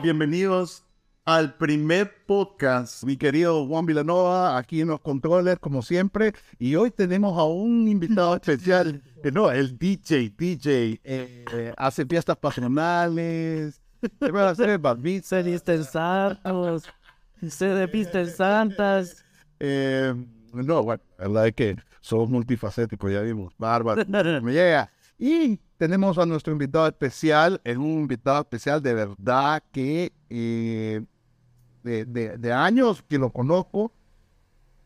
Bienvenidos al primer podcast. Mi querido Juan Vilanova, aquí en los controles, como siempre. Y hoy tenemos a un invitado especial. Eh, No, el DJ, DJ. eh, eh, hace fiestas patronales. Se van a hacer el bar mitzvah, Se disten santos, se despisten santas. eh, no, bueno, la verdad es que somos multifacéticos, ya vimos. Bárbaro. Me llega. Y tenemos a nuestro invitado especial, es un invitado especial de verdad que eh, de, de- de años que lo conozco,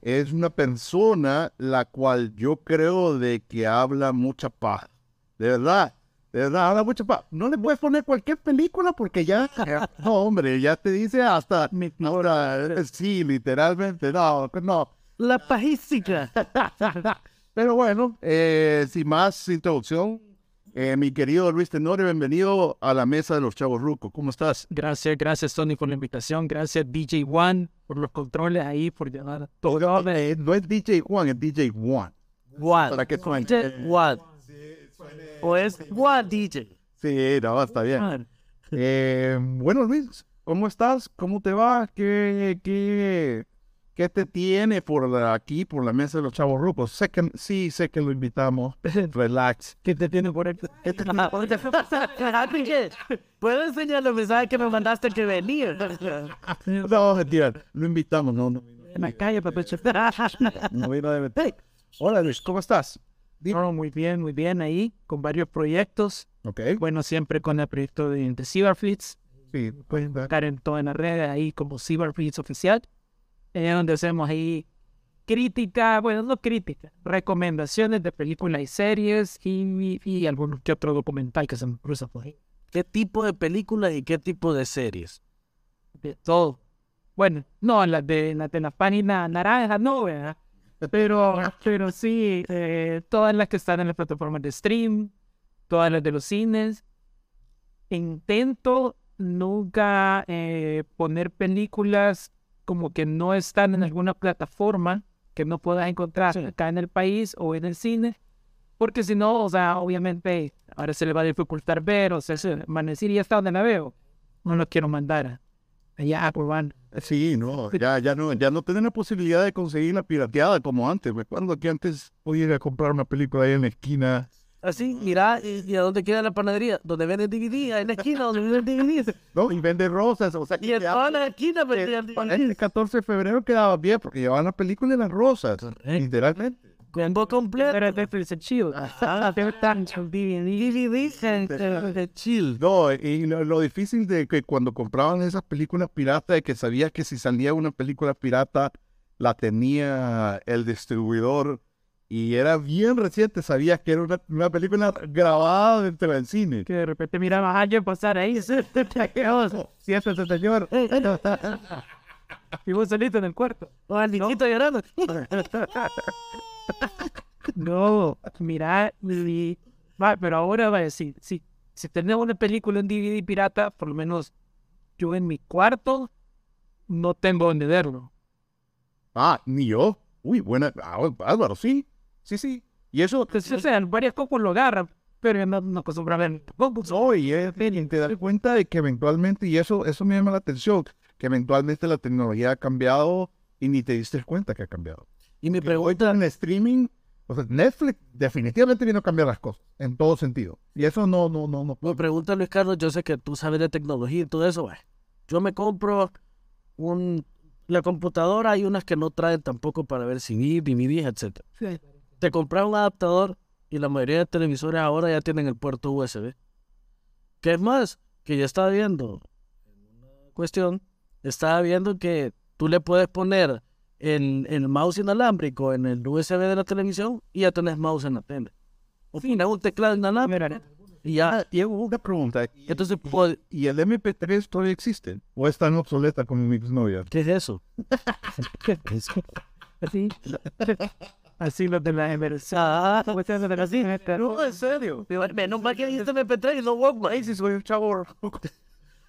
es una persona la cual yo creo de que habla mucha paz. De verdad, de verdad, habla mucha paz. No le puedes poner cualquier película porque ya, no, hombre, ya te dice hasta, ahora, eh, sí, literalmente, no, no. La pajística. Pero bueno, eh, sin más introducción, eh, mi querido Luis Tenorio, bienvenido a la mesa de los chavos rucos. ¿Cómo estás? Gracias, gracias Tony por la invitación. Gracias DJ One por los controles ahí, por llevar todo. Eh, no es DJ Juan, es DJ Juan. One. Para que suene. DJ One. O es One DJ. Sí, no, está Ah. bien. One. Eh, bueno, Luis, ¿cómo estás? ¿Cómo te va? ¿Qué, qué, qué te tiene por la- aquí, por la mesa de los chavos rucos? Sé que, sí, sé que lo invitamos. Relax. ¿Qué te tiene por aquí? Puedo enseñar los mensajes que me mandaste que venía. No, mentira, lo invitamos, no, no. En la calle, papá. no vino de mentira. Hola, Luis, ¿cómo estás? No, muy bien, muy bien ahí, con varios proyectos. Ok, Bueno, siempre con el proyecto de, de Cyberfleets, sí, cuenta. buscar en todas las redes ahí como Cyberfleets Oficial, eh, donde hacemos ahí crítica, bueno, no crítica, recomendaciones de películas y series y, y, y algún que otro documental que se me cruza por ahí. ¿Qué tipo de películas y qué tipo de series? De todo. Bueno, no, las de las de la página naranja, no, ¿verdad? Pero, pero sí, eh, todas las que están en las plataformas de stream, todas las de los cines. Intento nunca eh, poner películas como que no están en alguna plataforma que no puedas encontrar acá en el país o en el cine, porque si no, o sea, obviamente ahora se le va a dificultar ver, o sea, se van a decir, ¿y hasta dónde la veo? No lo quiero mandar allá por van. Sí, no, ya, ya no, ya no tienen la posibilidad de conseguir la pirateada como antes. Recuerdo que antes podía ir a comprar una película ahí en la esquina. Así, mira, ¿y, y a dónde queda la panadería? Donde venden DVD, ahí en la esquina, donde venden DVD. No, y vende rosas, o sea, Y en ya- todas las esquinas vendían eh, para DVD. el 14 de febrero quedaba bien porque llevaban la película de las rosas, literalmente. Combo completo. Pero Netflix es chido. Ah, te gustan los DVD. DVD, gente, eh, chill. No, y lo, lo difícil de que cuando compraban esas películas piratas, de que sabías que si salía una película pirata, la tenía el distribuidor y era bien reciente, sabías que era una, una película grabada dentro del cine. Que de repente miraba a alguien pasar ahí. ¿Qué oso? Sí, ese es el señor. Eh, Y vos solito en el cuarto. O al niñito llorando. No, mira, y- va, pero ahora va a decir, si, si tenemos una película en DVD pirata, por lo menos yo en mi cuarto no tengo donde verlo. Ah, ni yo. Uy, buena. Ah, Álvaro, sí. Sí, sí. Y eso te Entonces, o sea, varias cocos lo agarran, pero yo no, no acostumbro a ver. cocos. no, y es- y te das cuenta de que eventualmente, y eso, eso me llama la atención, que eventualmente la tecnología ha cambiado y ni te diste cuenta que ha cambiado. Y me Porque pregunto, hoy en streaming, o sea, Netflix definitivamente vino a cambiar las cosas, en todo sentido. Y eso no, no, no, no. me pregunta Luis Carlos, yo sé que tú sabes de tecnología y todo eso, va. Yo me compro un... La computadora hay unas que no traen tampoco para ver CD, DVD, etcétera. te compras un adaptador y la mayoría de televisores ahora ya tienen el puerto USB. ¿Qué es más? Que yo estaba viendo una cuestión, estaba viendo que tú le puedes poner el, el mouse inalámbrico en el USB de la televisión y ya tenés mouse en la tele. O fin, un teclado inalámbrico Mira, y ya. Diego, una pregunta. Entonces, pues, po- ¿Y el MP3 todavía existe? ¿O es tan obsoleta como mi exnovia? ¿qué es eso? Así. Así los de la emergencia. Ah, Como están los de la cine, pero- en serio. Menos mal que dijiste MP3 y no Walkman. si soy un chavo.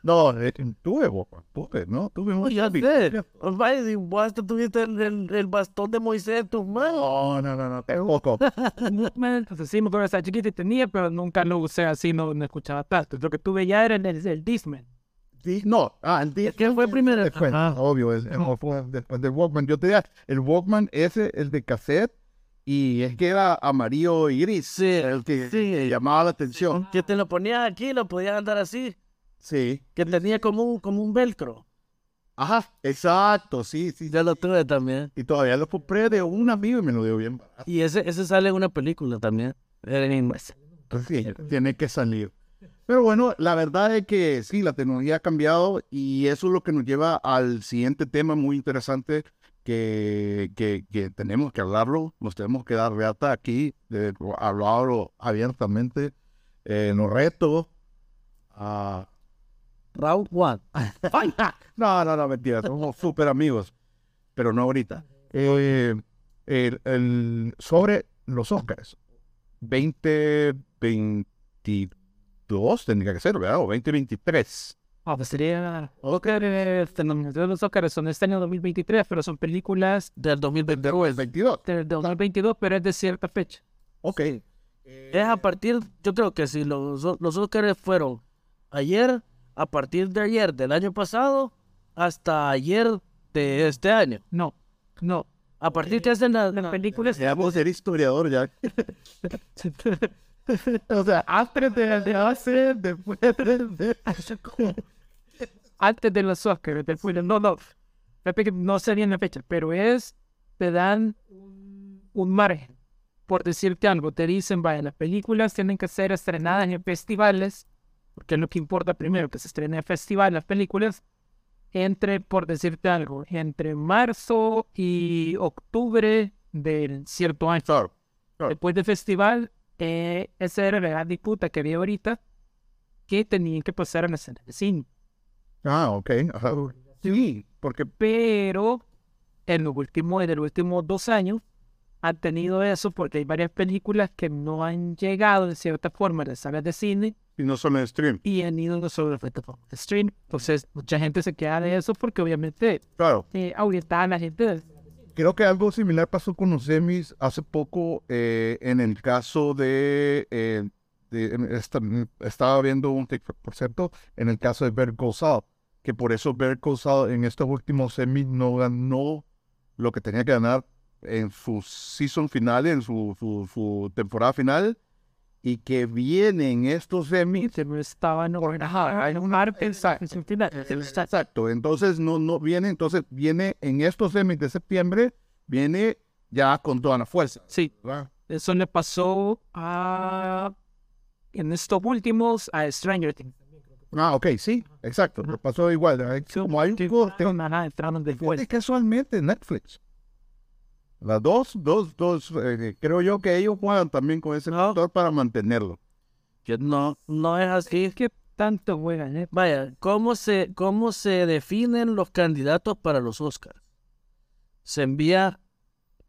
No, eh, tuve, guapa, tuve, ¿no? Tuve No, mucho ya tiempo. sé. Vaya, si vos te tuviste el, el- el bastón de Moisés en tus manos. No, no, no, no, te loco. Entonces sí, me acuerdo que estaba chiquito y tenía, pero nunca lo usé así, no, no escuchaba tanto. Lo que tuve ya era el, el Discman. Di- No, ah, el disco. ¿Qué fue primero? Después, Ajá. obvio, es, es- fue después del Walkman. Yo te diría, el Walkman ese, el de cassette, y es que era amarillo y gris, Sí, el que sí. que llamaba la atención. Que te lo ponías aquí, lo podías andar así. Sí. Que tenía como un, como un velcro. Ajá, exacto, sí, sí. Ya lo tuve también. Y todavía lo compré de un amigo y me lo dio bien barato. Ah. Y ese, ese sale en una película también. Era en inglés. Entonces, Pues sí, tiene que salir. Pero bueno, la verdad es que sí, la tecnología ha cambiado y eso es lo que nos lleva al siguiente tema muy interesante que, que, que tenemos que hablarlo, nos tenemos que dar reata aquí, de hablarlo abiertamente, eh, los retos. ah, Round one. no, no, no, mentira, somos súper amigos, pero no ahorita. Eh, el- el- sobre los Oscars, 2022 tendría que ser, ¿verdad? O 2023. Ah, pues sería. Óscares, la nominación de los Óscares son este año 2023, pero son películas Del 2022. 22. del 2022, pero es de cierta fecha. Ok. Es pues, a partir, yo creo que si los, los Óscares fueron ayer, a partir de ayer del año pasado, hasta ayer de este año. No, no. A partir que hacen la, Las la- películas. Ya vos eres pues historiador ya. o sea, antes de, de hace- Después de- antes de los Oscars, después de- no, no, Repito, no sé bien la fecha, pero es, te dan un margen, por decirte algo, te dicen, vaya, las películas tienen que ser estrenadas en festivales, porque es lo que importa primero, que se estrenen en festivales las películas, entre, por decirte algo, entre marzo y octubre de cierto año. Sorry. Claro. Después del festival, eh, esa era la gran disputa que había ahorita, que tenían que pasar en la escena de cine. Ah, ok. ajá. Sí, porque pero en los últimos, en los últimos dos años han tenido eso porque hay varias películas que no han llegado de cierta forma a las salas de cine y no solo en stream. y han ido solo a las plataformas de stream. Entonces, mucha gente se queda de eso porque obviamente Claro. eh, ahorita la gente Creo que algo similar pasó con los semis hace poco eh, en el caso de, eh, de- em, esta- mm, estaba viendo un TikTok, por cierto, en el caso de Bear Goes Out, que por eso Bear Goes Out en estos últimos semis no ganó lo que tenía que ganar en su season final, en su, su- su temporada final, y que viene en estos semis. se me estaban organizados en un arte en su final. Exacto, entonces no, no viene, entonces viene en estos semis de septiembre, viene ya con toda la fuerza. Sí, ¿verdad? eso le pasó a en estos últimos a Stranger Things. Ah, ok, sí, exacto. Ajá. Lo pasó igual. ¿eh? Como hay un corte. Nada, entraron de vuelta. Fíjate casualmente Netflix. Las dos, dos, dos. eh, creo yo que ellos juegan también con ese Ah. No. factor para mantenerlo. que no, no es así. ¿Qué tanto juegan, eh? Vaya, ¿cómo se, ¿cómo se definen los candidatos para los Oscars? Se envía,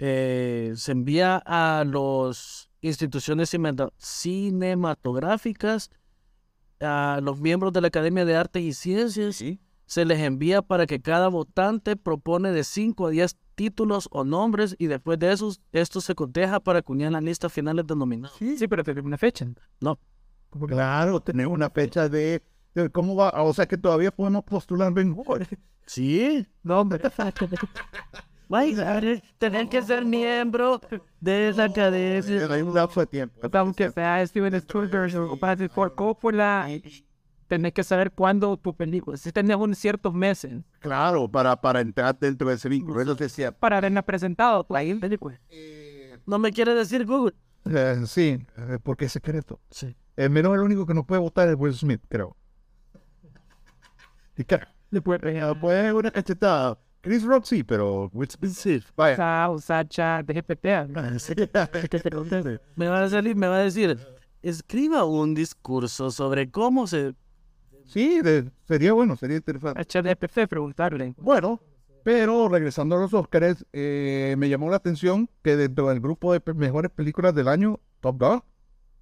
eh, se envía a las instituciones cimenta- cinematográficas, a los miembros de la Academia de Artes y Ciencias, se les envía para que cada votante propone de 5 a 10 títulos o nombres y después de eso, esto se coteja para acuñar las listas finales de nominados. Sí, pero tenemos una fecha. Claro, tener una fecha de, de cómo va. O sea que todavía podemos postular Ben Sí, No, hombre. tener que ser miembro de la academia. Hay un lapso de tiempo. Aunque sea Steven Spielberg o Patrick Ford Coppola, tenés que saber cuándo tu película. Si tenés unos ciertos meses Claro, para, para entrar dentro de ese vínculo. Eso decía. para haberla presentado, pues, la película. Eh. No me quiere decir Google. eh, sí, eh, porque es secreto. Sí. El menor, el único que no puede votar es Will Smith, creo. Y claro. Después, Ah, Pues una cachetada. Chris Rock sí, pero Will Smith, Sí. Vaya. usar, usar chat de GPT. ¿no? Me va a salir, me va a decir, escriba un discurso sobre cómo se... Sí, de- sería bueno, sería interesante. A chat de GPT preguntarle. Bueno, pero regresando a los Oscars, eh, me llamó la atención que dentro del grupo de pe- mejores películas del año, Top Gun.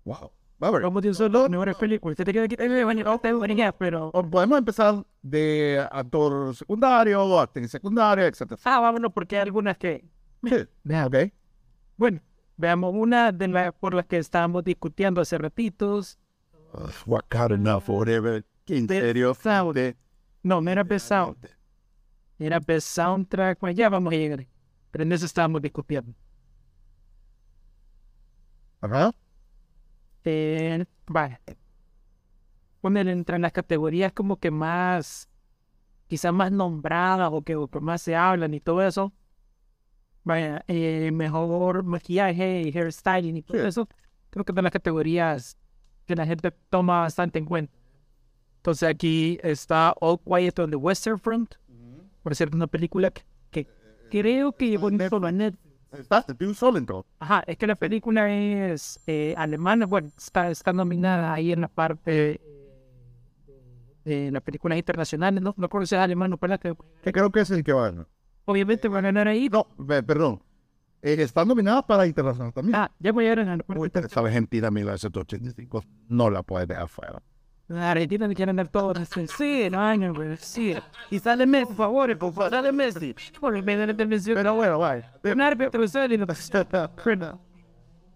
Wow. Maverick. ¿Cómo te usó las mejores películas? Te queda quitar el baño, no te bañas, pero. O Podemos empezar de actor secundario, actriz secundaria, etc. Ah, vámonos, porque hay algunas que. Ok. Bueno, veamos una de las por las que estábamos discutiendo hace ratitos. What enough, whatever. ¿En serio? Sound. De- No, no era Best Sound. Era Best Soundtrack. Bueno, ya vamos a llegar. ahí. Pero en eso estábamos discutiendo. Ajá. Eh, vale. Poner entre las categorías como que más, quizás más nombradas o que, o que más se hablan y todo eso. Vaya, eh, mejor maquillaje y hairstyling y todo Sí. eso. Creo que son las categorías que la gente toma bastante en cuenta. Entonces aquí está All Quiet on the Western Front. Por cierto, una película que, que creo que llegó está en solo a Netflix. Estás de un solo entonces. Ajá, es que la película es eh, alemana, bueno, está, está nominada ahí en la parte eh, de las películas internacionales, ¿no? No conoces alemán, no para que Que creo que es el que va a ganar. obviamente va a ganar ahí. No, ve, perdón. Eh, está nominada para internacional también. Ah, ya voy a ir a la parte Uy, pero esa Argentina 1985 no la puedes dejar fuera. La Argentina me quieren dar todo. Sí, no, no, güey, sí. Y sale Messi, por favor, por favor, sale Messi. Por el medio de la televisión. Pero bueno, Ah, vaya. Un árbitro sale y lo- Pero-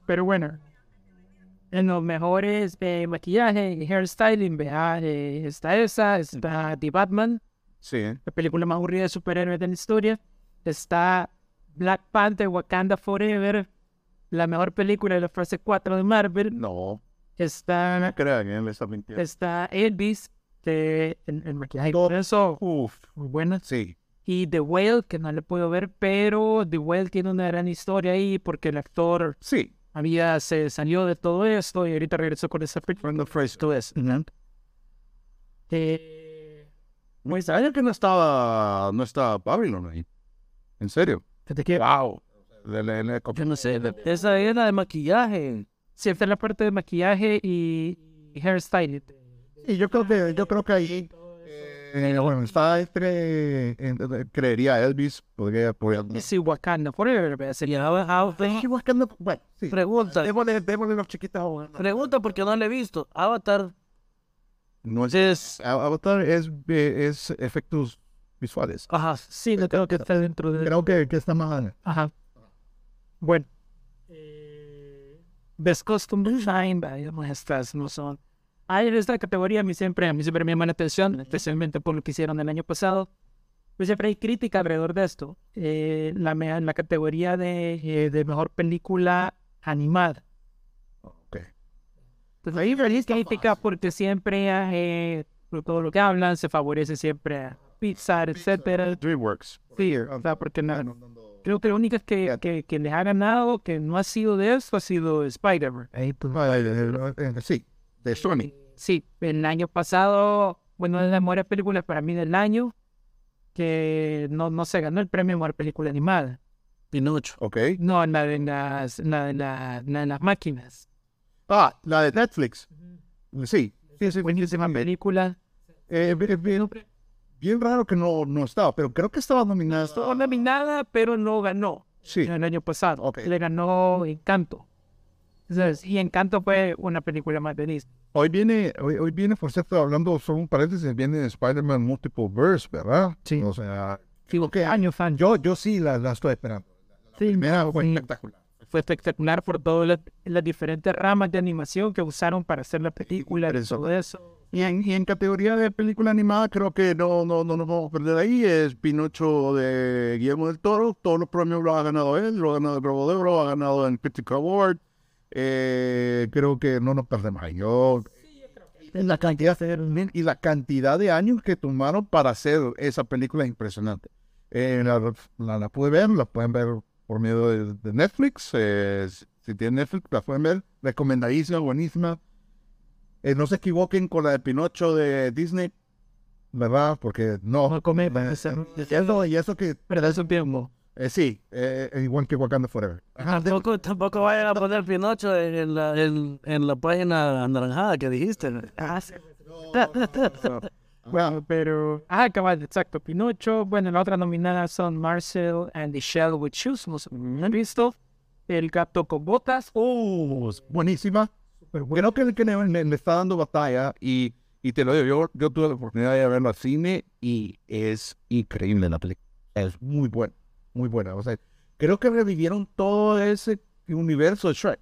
Pero bueno, en los mejores eh, maquillaje y hairstyling, vea, eh, está esa, está The Batman, Sí, ¿eh? la película más aburrida de superhéroes de la historia. Está Black Panther, Wakanda Forever, la mejor película de la fase 4 de Marvel. No, Está, no crean, él está mintiendo. está Elvis, que en, en maquillaje y todo eso, Uf, muy buena. sí. Y The Whale, que no le puedo ver, pero The Whale tiene una gran historia ahí porque el actor Sí. había, se salió de todo esto y ahorita regresó con esa película. Brandon Fraser. Esto es. Eh, Me extraña Pues, que no estaba, no estaba Babylon ahí. En serio. fíjate que- Wow. Le, le, le- Yo no sé, de- esa es la de maquillaje. Sí, está la parte de maquillaje y, y hairstyling. Y yo creo que, yo creo que ahí, eh, bueno, está entre, entre- creería Elvis, podría, podría. Y sí, Wakanda Forever, vea, sería. Ya, ah, ve. bueno, sí. Pregunta, Démosle, démosle los chiquitos ahora. pregunta porque no la he visto. Avatar No es, es... A- Avatar es, eh, es efectos visuales. Ajá, Sí, no creo que está dentro de. Creo que, que está más. Ajá. Bueno. Best Costume Eh, Design, digamos, estas no son. Hay en esta categoría a mí siempre, a mí siempre me llama la atención, especialmente por lo que hicieron el año pasado. Pues siempre hay crítica alrededor de esto. Eh, la, me- en la categoría de, eh, de mejor película animada. Ok. Entonces, ahí feliz crítica porque siempre, eh, por todo lo que hablan, se favorece siempre a Pixar, etcétera. DreamWorks. Sí, o sea, porque na- creo que la única que, que, que les ha ganado que no ha sido de eso ha sido Spider-Man. Ah, eh, eh, eh, Sí, de Sony. Sí, el año pasado, bueno, una de las mejores películas para mí del año, que no, no se ganó el premio a mejor película animada. Pinocho. Ok. No, la de las, la de la- la de las máquinas. Ah, la de Netflix. Sí. Sí, sí, Buenísima película. Eh, bien, bien- bien raro que no, no estaba, pero creo que estaba nominada. Estuvo nominada, pero no ganó. Sí. el año pasado. Ok. Le ganó Encanto. Entonces, y Encanto fue una película más de Disney. Hoy viene, hoy, hoy viene, por cierto, hablando, solo un paréntesis, viene Spider-Man Multiple Verse, ¿verdad? Sí. O sea, Digo, que- año fan. yo, yo sí la, la estoy esperando. Sí, Mira, fue sí. espectacular. Fue espectacular por todas las, las diferentes ramas de animación que usaron para hacer la película y Impresionante. todo eso. Y en, y en categoría de película animada, creo que no, no, no nos vamos a perder ahí. Es Pinocho de Guillermo del Toro. Todos los premios los ha ganado él. Lo ha ganado el Globo de Oro, lo ha ganado en Critical Award. Eh, creo que no nos perdemos ahí. Yo, la cantidad de, y la cantidad de años que tomaron para hacer esa película es impresionante. Eh, la, la, la pude ver, la pueden ver por medio de, de Netflix. eh, si- si tienen Netflix, la pueden ver. Recomendadísima, buenísima. Eh, no se equivoquen con la de Pinocho de Disney, ¿verdad? Porque no. Vamos a comer, eh, vamos a hacer- y eso- y eso que, ¿Verdad? Eso mismo. eh, sí, eh, igual que Wakanda Forever. Tampoco, tampoco vayan a poner Pinocho en, en la, en, en la página anaranjada que dijiste. Ah, sí. Bueno, Pero, ah, cabal, exacto. Pinocho, bueno, la otra nominada son Marcel and the Shell with Shoes, no sé, ¿han visto? El gato con botas. oh, buenísima. Creo que el que le, le- le está dando batalla y, y te lo digo, yo, yo tuve la oportunidad de verlo al cine y es increíble la película. Es muy buena, muy buena. O sea, creo que revivieron todo ese universo de Shrek.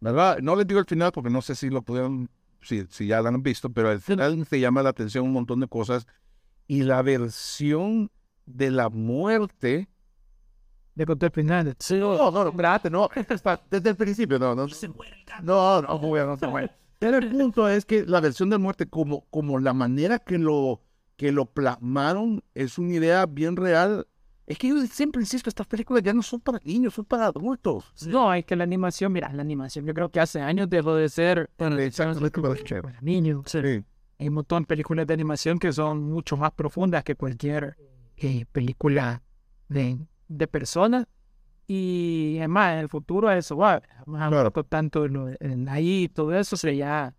¿Verdad? No les digo el final porque no sé si lo pudieron, si, si ya lo han visto, pero el final se llama la atención un montón de cosas y la versión de la muerte. Le conté el final. Sí, oh, No, no, no, espérate, no. esto está Desde el principio, no, no. se muere el gato. No, no, güey, no se muere. Pero el punto es que la versión de muerte, como, como la manera que lo, que lo plasmaron, es una idea bien real. Es que yo siempre insisto, estas películas ya no son para niños, son para adultos. No, es que la animación, mira, la animación, yo creo que hace años dejó de ser para Exactamente, para los chavos. niños. Sí. Hay un montón de películas de animación que son mucho más profundas que cualquier eh, película de, de personas. Y además, en el futuro eso va. Vamos a Claro. hablar tanto lo, en ahí, todo eso, se ya.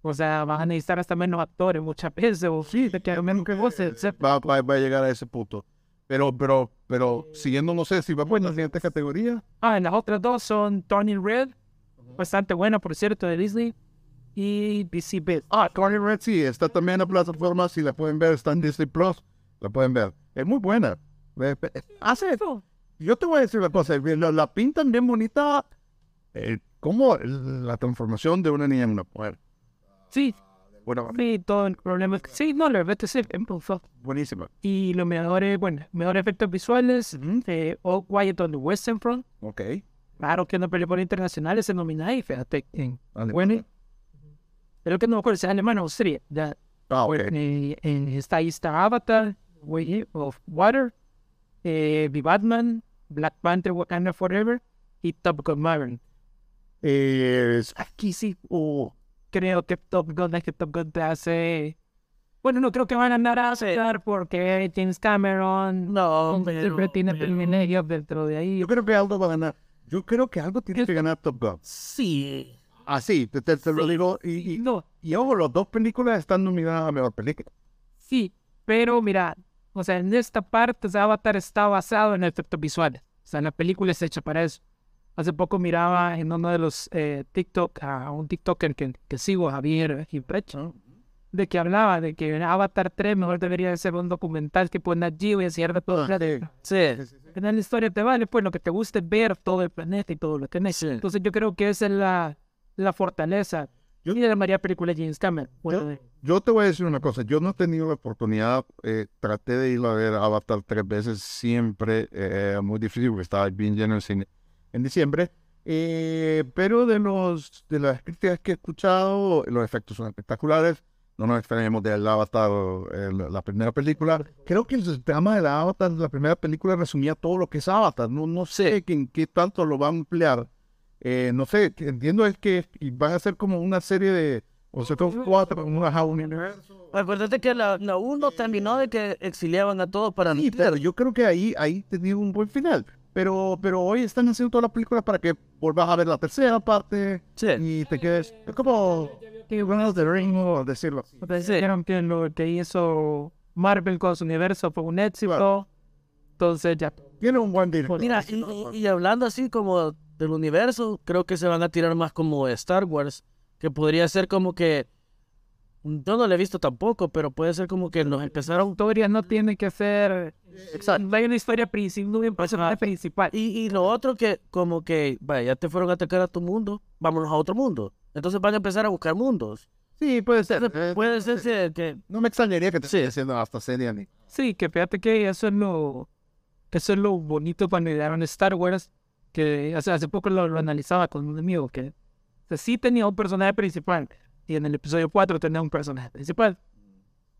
O sea, vas a necesitar hasta menos actores muchas veces. O sí, te quedan menos que eh, voces. etc. Va, va, va a llegar a ese punto. Pero, pero, pero, siguiendo, no sé si va bueno, la siguiente categoría. Ah, en las otras dos son Turning Red, bastante buena, por cierto, de Disney. Y DC Bid. Ah, Carly Red, sí, está también en la plataforma, si la pueden ver, está en Disney Plus, la pueden ver. Es muy buena. Eh, eh, Hace, yo te voy a decir una cosa, eh, la, la pintan bien bonita, eh, como la transformación de una niña en una mujer. Sí, Bueno, sí, todo el problema. es que- Sí, no, la verdad es que sí, empezó. buenísima. Y los mejores, bueno, mejores efectos visuales, eh, All Quiet on the Western Front. Ok. Claro que una película internacional se nomina y fíjate, en, Vale. bueno, creo que no me acuerdo si es alemana o austríaca. ya, Ah, ok. eh, en- está ahí está Avatar, Way of Water, eh, The Batman, Black Panther, Wakanda Forever y Top Gun Maverick. Eh, es- Aquí sí, oh, creo que Top Gun es que Top Gun te hace... Bueno, no creo que van a andar a Oscar porque James Cameron No, pero- siempre tiene pero- privilegios dentro de ahí. yo creo que algo va a ganar. Yo creo que algo tiene que ganar Top Gun. Sí. Así, te, te- te lo digo. Y, y, No, y ojo, las dos películas están nominadas a mejor película. sí, pero mira, o sea, en esta parte, o sea, Avatar está basado en efectos visuales. O sea, la película es hecha para eso. Hace poco miraba en uno de los eh, TikTok a un TikToker que, que sigo, Javier Ah. Gimpecho, de que hablaba de que Avatar 3 mejor debería de ser un documental que pone allí y enseñar todo el Ah, sí. planeta. Sí. Que en la historia te vale, pues lo que te guste es ver todo el planeta y todo lo que tenés. Sí. Entonces yo creo que esa es la, la fortaleza. Yo- Yo y de la María película de James Cameron. Bueno, de- Yo te voy a decir una cosa, yo no he tenido la oportunidad, eh, traté de ir a ver Avatar tres veces, siempre eh, muy difícil porque estaba bien lleno el cine en diciembre, eh, pero de los de las críticas que he escuchado, los efectos son espectaculares, no nos extrañemos del Avatar, eh, la- la primera película, creo que el tema del Avatar, la primera película resumía todo lo que es Avatar, no, no sé en qué tanto lo va a ampliar, Eh, no sé, entiendo es que y van a ser como una serie de... O sea, como cuatro, una jaula. Acuérdate que la, la uno terminó de que exiliaban a todos para Sí, claro, yo creo que ahí, ahí tenía un buen final. Pero, pero hoy están haciendo todas las películas para que volvas a ver la tercera parte Sí. y te quedes es como que ganas de ritmo, decirlo. así. Dijeron que lo que hizo Marvel con su universo fue un éxito. Claro. Entonces ya. Tiene un buen director. Mira, y, y- y hablando así como del universo, creo que se van a tirar más como Star Wars, que podría ser como que. Yo no lo he visto tampoco, pero puede ser como que nos empezaron. Historia no tiene que ser. No hay una historia principal, no hay un personaje principal. Y, y lo otro que, como que, vaya, ya te fueron a atacar a tu mundo, vámonos a otro mundo. Entonces van a empezar a buscar mundos. Sí, puede ser. Entonces, Eh, puede ser que- que. No me extrañaría que te pues, Sí. esté haciendo hasta serie. Ani. Sí, que fíjate que eso es lo. Eso es lo bonito cuando idearon Star Wars. Que o sea, hace poco lo, lo analizaba con un amigo que. o sea, sí tenía un personaje principal. Y en el episodio 4 tenía un personaje principal.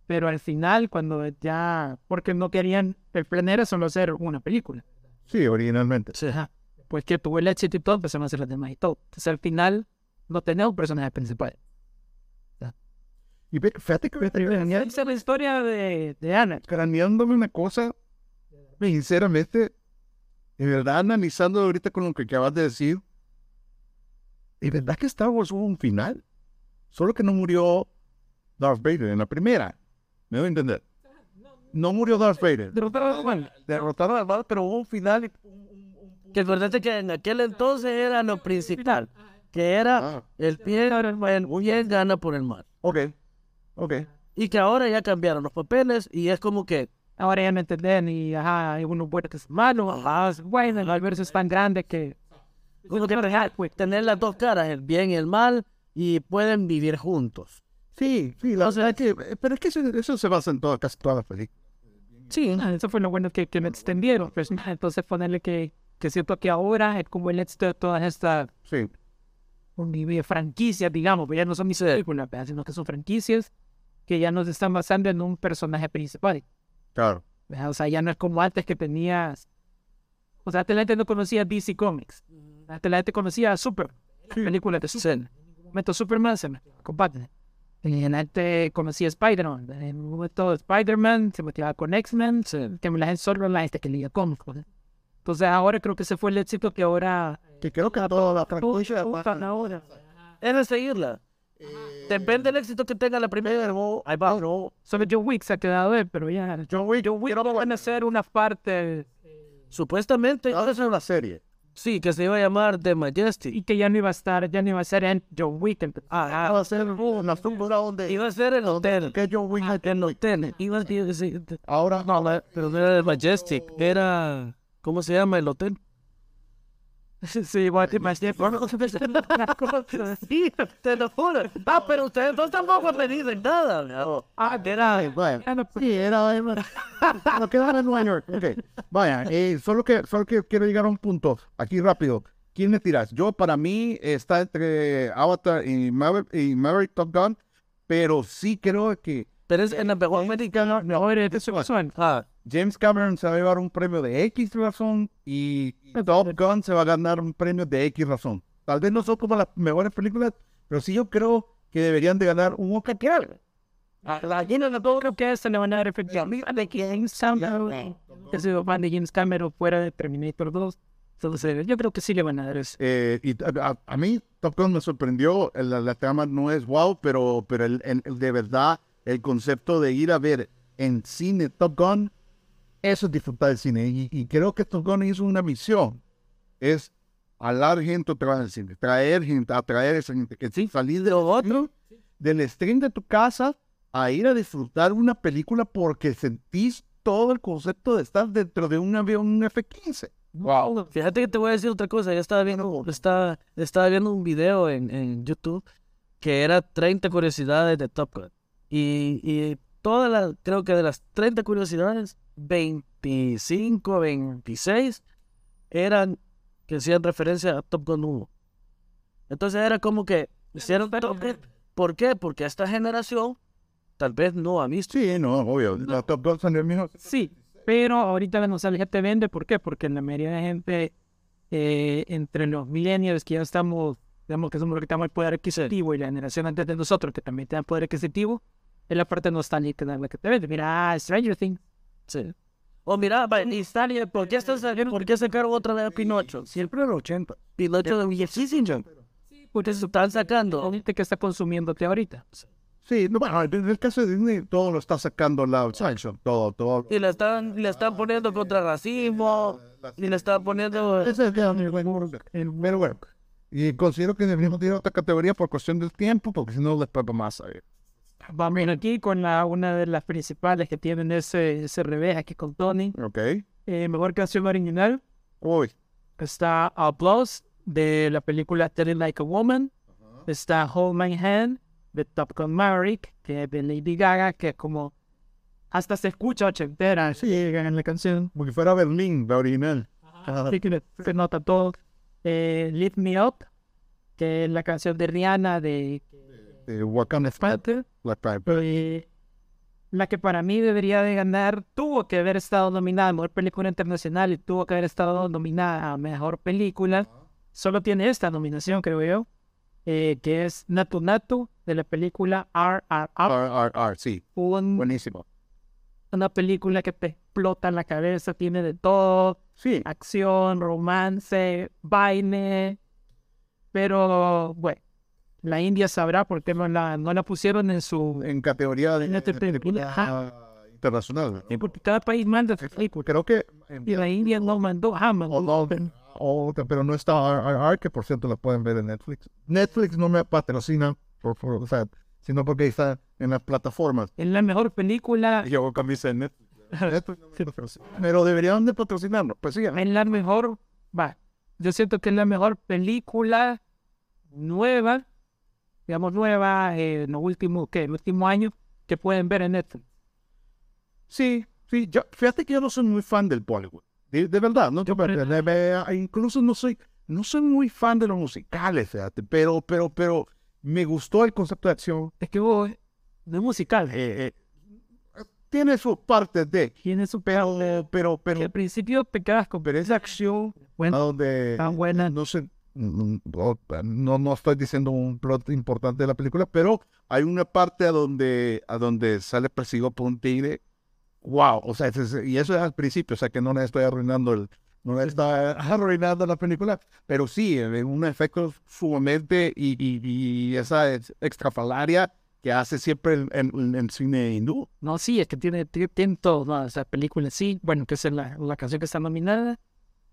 Pero al final, cuando ya. Porque no querían. El plan era solo hacer una película. Sí, originalmente. Sí. Ajá. Pues que tuvo el éxito y todo, pues empezaron a hacer las demás y todo. Entonces al final no tenés un personaje principal. Y ve- fíjate que Esa es la historia de, de Anna. craneándome una cosa, sinceramente, de verdad analizando ahorita con lo que acabas de decir, ¿de verdad que Star Wars hubo un final? Solo que no murió Darth Vader en la primera. ¿Me voy a entender? No murió Darth Vader. Pero, pero, bueno, Derrotaron a Darth, pero hubo un final. y- Que acuérdate que en aquel entonces era lo principal. Que era Ah, el bien, el bien gana por el mal. ok. Ok. Y que ahora ya cambiaron los papeles y es como que ahora ya me entendés y ajá, hay unos buenos que son malos, ajá, es bueno, el universo es tan grande que. pues, como que tener las dos caras, el bien y el mal, y pueden vivir juntos. Sí, sí, la verdad que. eh, Pero es que eso, eso se basa en todas casi todas las películas. Sí, eso fue lo bueno que, que me extendieron. pues, entonces ponerle que, que siento que ahora es como el éxito de todas estas Sí. un nivel de franquicias, digamos, pero ya no son mis películas, ¿verdad? sino que son franquicias que ya no se están basando en un personaje principal. Claro. ¿verdad? O sea, ya no es como antes que tenías. O sea, antes la gente no conocía DC Comics. Antes la gente conocía a Super, las películas de Super. En un momento Superman se me con Batman. Y la gente conocía a Spider-Man. En un momento Spider-Man se motivaba con X-Men. Que la gente solo la gente que leía cómics. ¿verdad? Entonces ahora creo que ese fue el éxito que ahora. Que creo que todas las Pues, franquicias. usan ahora. Es de seguirla. Eh, Depende del éxito que tenga la primera. no, Ahí va, no. Solo John Wick se ha quedado él, pero ya. John Wick, John Wick, no van a hacer una parte Supuestamente, Ahora es una serie. sí, que se iba a llamar The Majestic. y que ya no iba a estar, ya no iba a ser en John Wick. el- Ah, Va a ser una sombra donde Iba a ser el hotel. Ah, que John Wick ha El hotel. Iba a ser. Ahora no, la- Pero no era The Majestic. Era. ¿Cómo se llama el hotel? Sí, voy a decir más tiempo. Sí, te lo juro. Ah, pero ustedes dos tampoco me dicen nada. ¿no? Ah, era, vaya, Ah, no, pues, sí, era de Lo Ah, quedaba en Weiner. Ok, Vaya, eh, solo, que, solo que quiero llegar a un punto, aquí rápido. ¿Quién me tiras? Yo, para mí, está entre Avatar y Maverick, y Maverick Top Gun, pero sí creo que Pero es en la mejor americana. no, eres de su razón. Ah, James Cameron se va a llevar un premio de X razón y Top Gun se va a ganar un premio de X razón. Tal vez no son como las mejores películas, pero sí yo creo que deberían de ganar un Oscar. que algo. La llena de todo lo que es, se le van a dar efectivamente. A de James Cameron. Que se van de James Cameron fuera de Terminator 2. Entonces, yo creo que sí le van a dar eso. Eh, y a, a- a mí Top Gun me sorprendió, la, la trama no es wow, pero, pero el, el- el de verdad el concepto de ir a ver en cine Top Gun, eso es disfrutar del cine. Y, y creo que Top Gun hizo una misión, es hablar gente otra vez al cine, traer gente, atraer a esa gente, que sí, salir de otro, del stream de tu casa a ir a disfrutar una película porque sentís todo el concepto de estar dentro de un avión, un F-15. Wow. Fíjate que te voy a decir otra cosa. Yo estaba viendo, estaba, estaba viendo un video en, en YouTube que era 30 curiosidades de Top Gun. Y, y todas las, creo que de las 30 curiosidades, 25, 26 eran que hacían referencia a Top Gun 1. Entonces era como que hicieron Top Gun. ¿Por qué? Porque esta generación tal vez no ha visto. Sí, no, obvio. La Top Gun salió en 1900. Sí, pero ahorita la nostalgia te vende. ¿Por qué? Porque la mayoría de gente, eh, entre los millennials que ya estamos, digamos que somos los que tenemos el poder adquisitivo y la generación antes de nosotros que también tenemos poder adquisitivo, es la parte nostálgica de la que te vende. Mira, ah, Stranger Things. Sí. O Oh, mira, va, y sale, ¿por qué, están saliendo- ¿por qué sacaron otra de Pinocho? Siempre el 80. Pinocho de Kissinger. Porque es Están sacando. la gente que está consumiéndote ahorita. Sí, no, bueno, en el caso de Disney todo lo está sacando la Sanction, todo, todo. Y la están, la están poniendo contra racismo. Y la están poniendo. Ese es el primer work. Y considero que deberíamos tirar otra categoría por cuestión del tiempo, porque si no les pago más. eh. Vamos aquí con la, una de las principales que tienen ese, ese revés aquí con Tony. Ok. Eh, mejor canción original Uy, está Applause de la película Tell It Like a Woman. Está Hold My Hand de Top Gun Maverick, que es de Lady Gaga, que es como hasta se escucha ochentera sí. en la canción. como que fuera Berlín, la original. Ah, Así que se nota todo. Eh, Lift Me Up, que es la canción de Rihanna de Eh, Wakanda Panther. Black Panther. Eh, la que para mí debería de ganar, tuvo que haber estado nominada a Mejor Película Internacional y tuvo que haber estado nominada a Mejor Película. Solo tiene esta nominación, creo yo, eh, que es Natu Natu de la película RRR. RRR, sí, Un- buenísimo. una película que te explota en la cabeza, tiene de todo, Sí, acción, romance, baile. Pero, bueno, la India sabrá por qué no la, no la pusieron en su... en categoría de, En esta película, ah, internacional. Porque cada país manda su película. Creo que Y la India no mandó jamás. O no, o otra, pero no está RRR, que por cierto la pueden ver en Netflix. Netflix no me patrocina, por, por- o sea, sino porque ahí está en las plataformas. Es la mejor película, Yo hago camisa en Netflix. Netflix no me patrocina. Pero deberían de patrocinarnos. Pues sí, es la mejor, va, yo siento que es la mejor película nueva digamos, nuevas eh, en los últimos, ¿qué? El último año que pueden ver en Netflix. Sí, sí, yo, fíjate que yo no soy muy fan del Bollywood. De, de verdad, no Yo te- creo- de- de- ah, incluso no soy, no soy muy fan de los musicales, fíjate, pero, pero, pero me gustó el concepto de acción. Es que vos, no es musical. Eh, eh, tiene sus partes de, Tiene su pero, pero, que pero, al principio te quedas con pero esa acción a bueno, donde tan buena. no sé, mm, o- no, no estoy diciendo un plot importante de la película, pero hay una parte a donde, a donde sale perseguido por un tigre. Wow, o sea, ese es- y eso es al principio, o sea que no le estoy arruinando el, no le está arruinando la película, pero sí, eh, un efecto sumamente y, y- y esa es- extrafalaria que hace siempre el, el- el cine hindú. No, sí, es que tiene, tiene, tiene todo, ¿no? O sea, película sí, bueno, que es la, la canción que está nominada.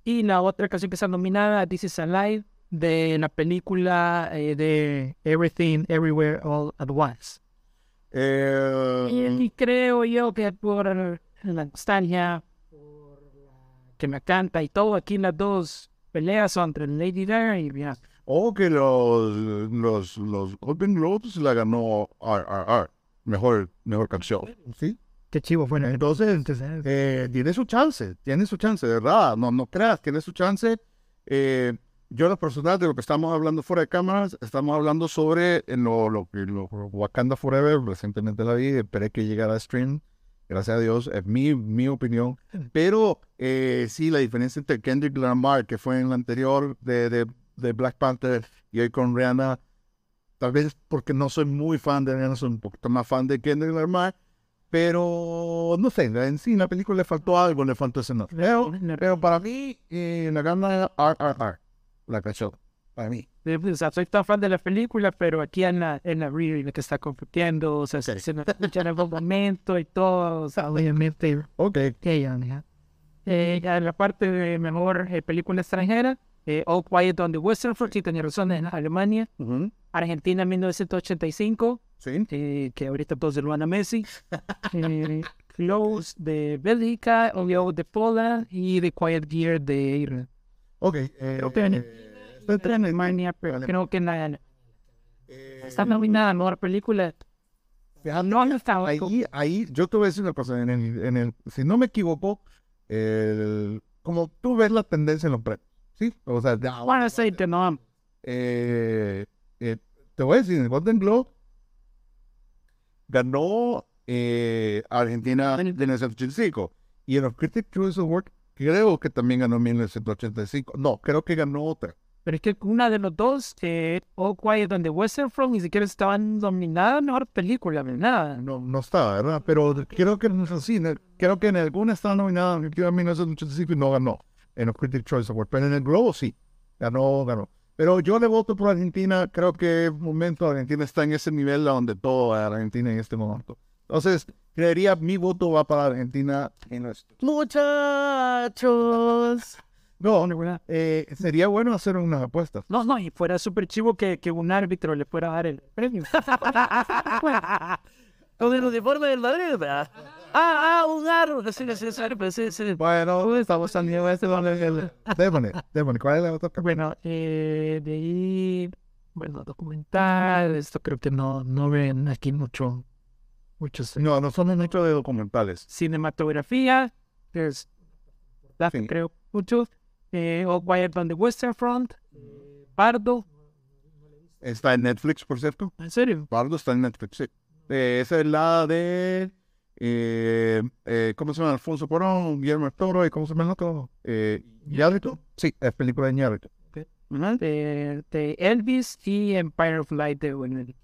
Y la otra canción que está nominada, This is Alive, de la película eh, de Everything, Everywhere, All at Once. Eh, Y creo yo que por la nostalgia, por la que me canta y todo, aquí las dos peleas son entre Lady Gaga y Beyoncé. O Oh, que los, los, los Golden Globes la ganó RRR, mejor, mejor canción. ¿Sí? Qué chivo, bueno, Entonces, eh, tiene su chance, tiene su chance, de verdad. No, no creas, tiene su chance. Eh, yo, en lo personal, de lo que estamos hablando fuera de cámaras, estamos hablando sobre en lo, lo, que- lo- lo Wakanda Forever, recientemente la vi, esperé que llegara a stream. Gracias a Dios, es mi, mi opinión. Pero eh, sí, la diferencia entre Kendrick Lamar, que fue en la anterior de, de, de Black Panther, y hoy con Rihanna, tal vez porque no soy muy fan de Rihanna, soy un poquito más fan de Kendrick Lamar, pero no sé, en sí la película le faltó algo, le faltó ese no. Pero, pero para mí, eh, la gana RRR, la canción, para mí. Eh, pues, O sea, soy tan fan de la película, pero aquí en la, en la review en la que está compitiendo, o sea, se- Sí. se me escucha en el momento y todo, o sea, obviamente, Ok. ella, ¿no? Eh, ya en la parte de mejor eh, película extranjera, eh, All Quiet on the Western Front, sí tenía razón, en Alemania, Ujú. Argentina 1985, Sí. eh, que ahorita todos de Luana Messi, eh, Close de Bélgica, Olio de Poland y The Quiet Gear de Irlanda. Ok. eh, Ok. está en Alemania, Alemania, pero Alemania. creo que en la- eh, está nominada a mejor película. fíjate, No, no estaba. Ahí, ahí, yo te voy a decir una cosa, en el, en el- si no me equivoco, el- como tú ves la tendencia en los premios, ¿sí? O sea, de ahora, Bueno, sí, te no. eh, eh, te voy a decir, en el Golden Globe ganó eh, Argentina en 1985 y en los Critics' Choice Award creo que también ganó 1985, no, creo que ganó otra. Pero es que una de los dos, eh, All Quiet on the Western Front, ni siquiera estaban nominadas a mejor película, ni nada. No, no estaba, ¿verdad? Pero creo que no sé, sí, en el- creo que en alguna estaba nominada en el 1985 y no ganó en los Critics Choice Awards. Pero en el Globo sí, ganó, ganó. Pero yo le voto por Argentina. Creo que en momento Argentina está en ese nivel a donde todo es Argentina en este momento. Entonces, creería mi voto va para Argentina en los- Muchachos. No, No, ¿verdad? eh, sería bueno hacer unas apuestas. No, no, y fuera súper chivo que, que un árbitro le fuera a dar el premio. Con el uniforme del Madrid, ¿verdad? Ah, ah, un árbol. Sí, sí, sí, sí, sí. Bueno, estamos saliendo de este nivel. Démosle, démosle. ¿Cuál es la otra? bueno, eh, de ahí, bueno, documental, esto creo que no, no ven aquí mucho, muchos No, no son mucho de documentales. cinematografía, there's that, Sí. creo mucho, eh, All Quiet on the Western Front, eh, Pardo, Está en Netflix, por cierto. en serio, Pardo está en Netflix, sí. Eh, esa es la de. eh, eh, ¿Cómo se llama? Alfonso Porón, Guillermo del Toro y ¿cómo se llama el otro? Eh, ¿Iñárritu? Sí, es película de Iñárritu. de, de Elvis y Empire of Light de Winner.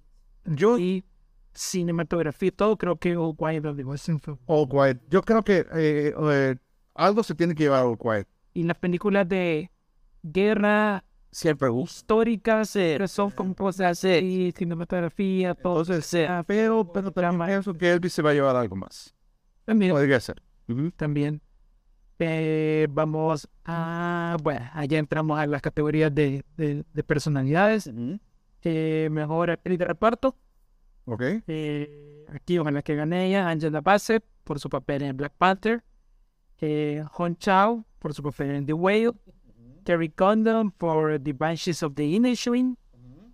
Yo, Y cinematografía y todo, creo que All Quiet on the Western Front. All Quiet. Yo creo que eh, eh, algo se tiene que llevar a All Quiet. Y las películas de guerra Siempre gusta. históricas, Sí. que son con cosas y cinematografía, todo. Entonces, sí. Ah, Pero, pero también pienso que Elvis se va a llevar algo más. mira, Podría ser. Ujú. también. Eh, vamos a, bueno, allá entramos a las categorías de, de, de personalidades. Eh, mejor actriz de reparto. Ok. Eh, aquí ojalá que gane ella, Angela Bassett por su papel en Black Panther. Eh, Hong Chao por su papel en The Whale. Terry Condon por The Banshees of the Inisherin.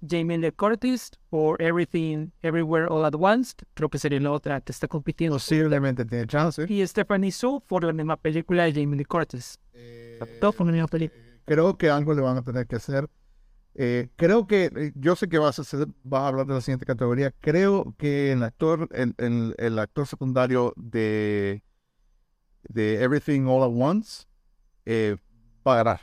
Jamie Lee Curtis por Everything Everywhere All at Once, creo que sería la otra que está compitiendo. Posiblemente tiene chance. Y Stephanie Su por la misma película de Jamie Lee Curtis. Eh, Todos por la misma película. Creo que algo le van a tener que hacer. Eh, creo que, eh, yo sé que vas a, hacer- vas a hablar de la siguiente categoría. Creo que el actor, el, el- el actor secundario de, de Everything All at Once eh, va a ganar.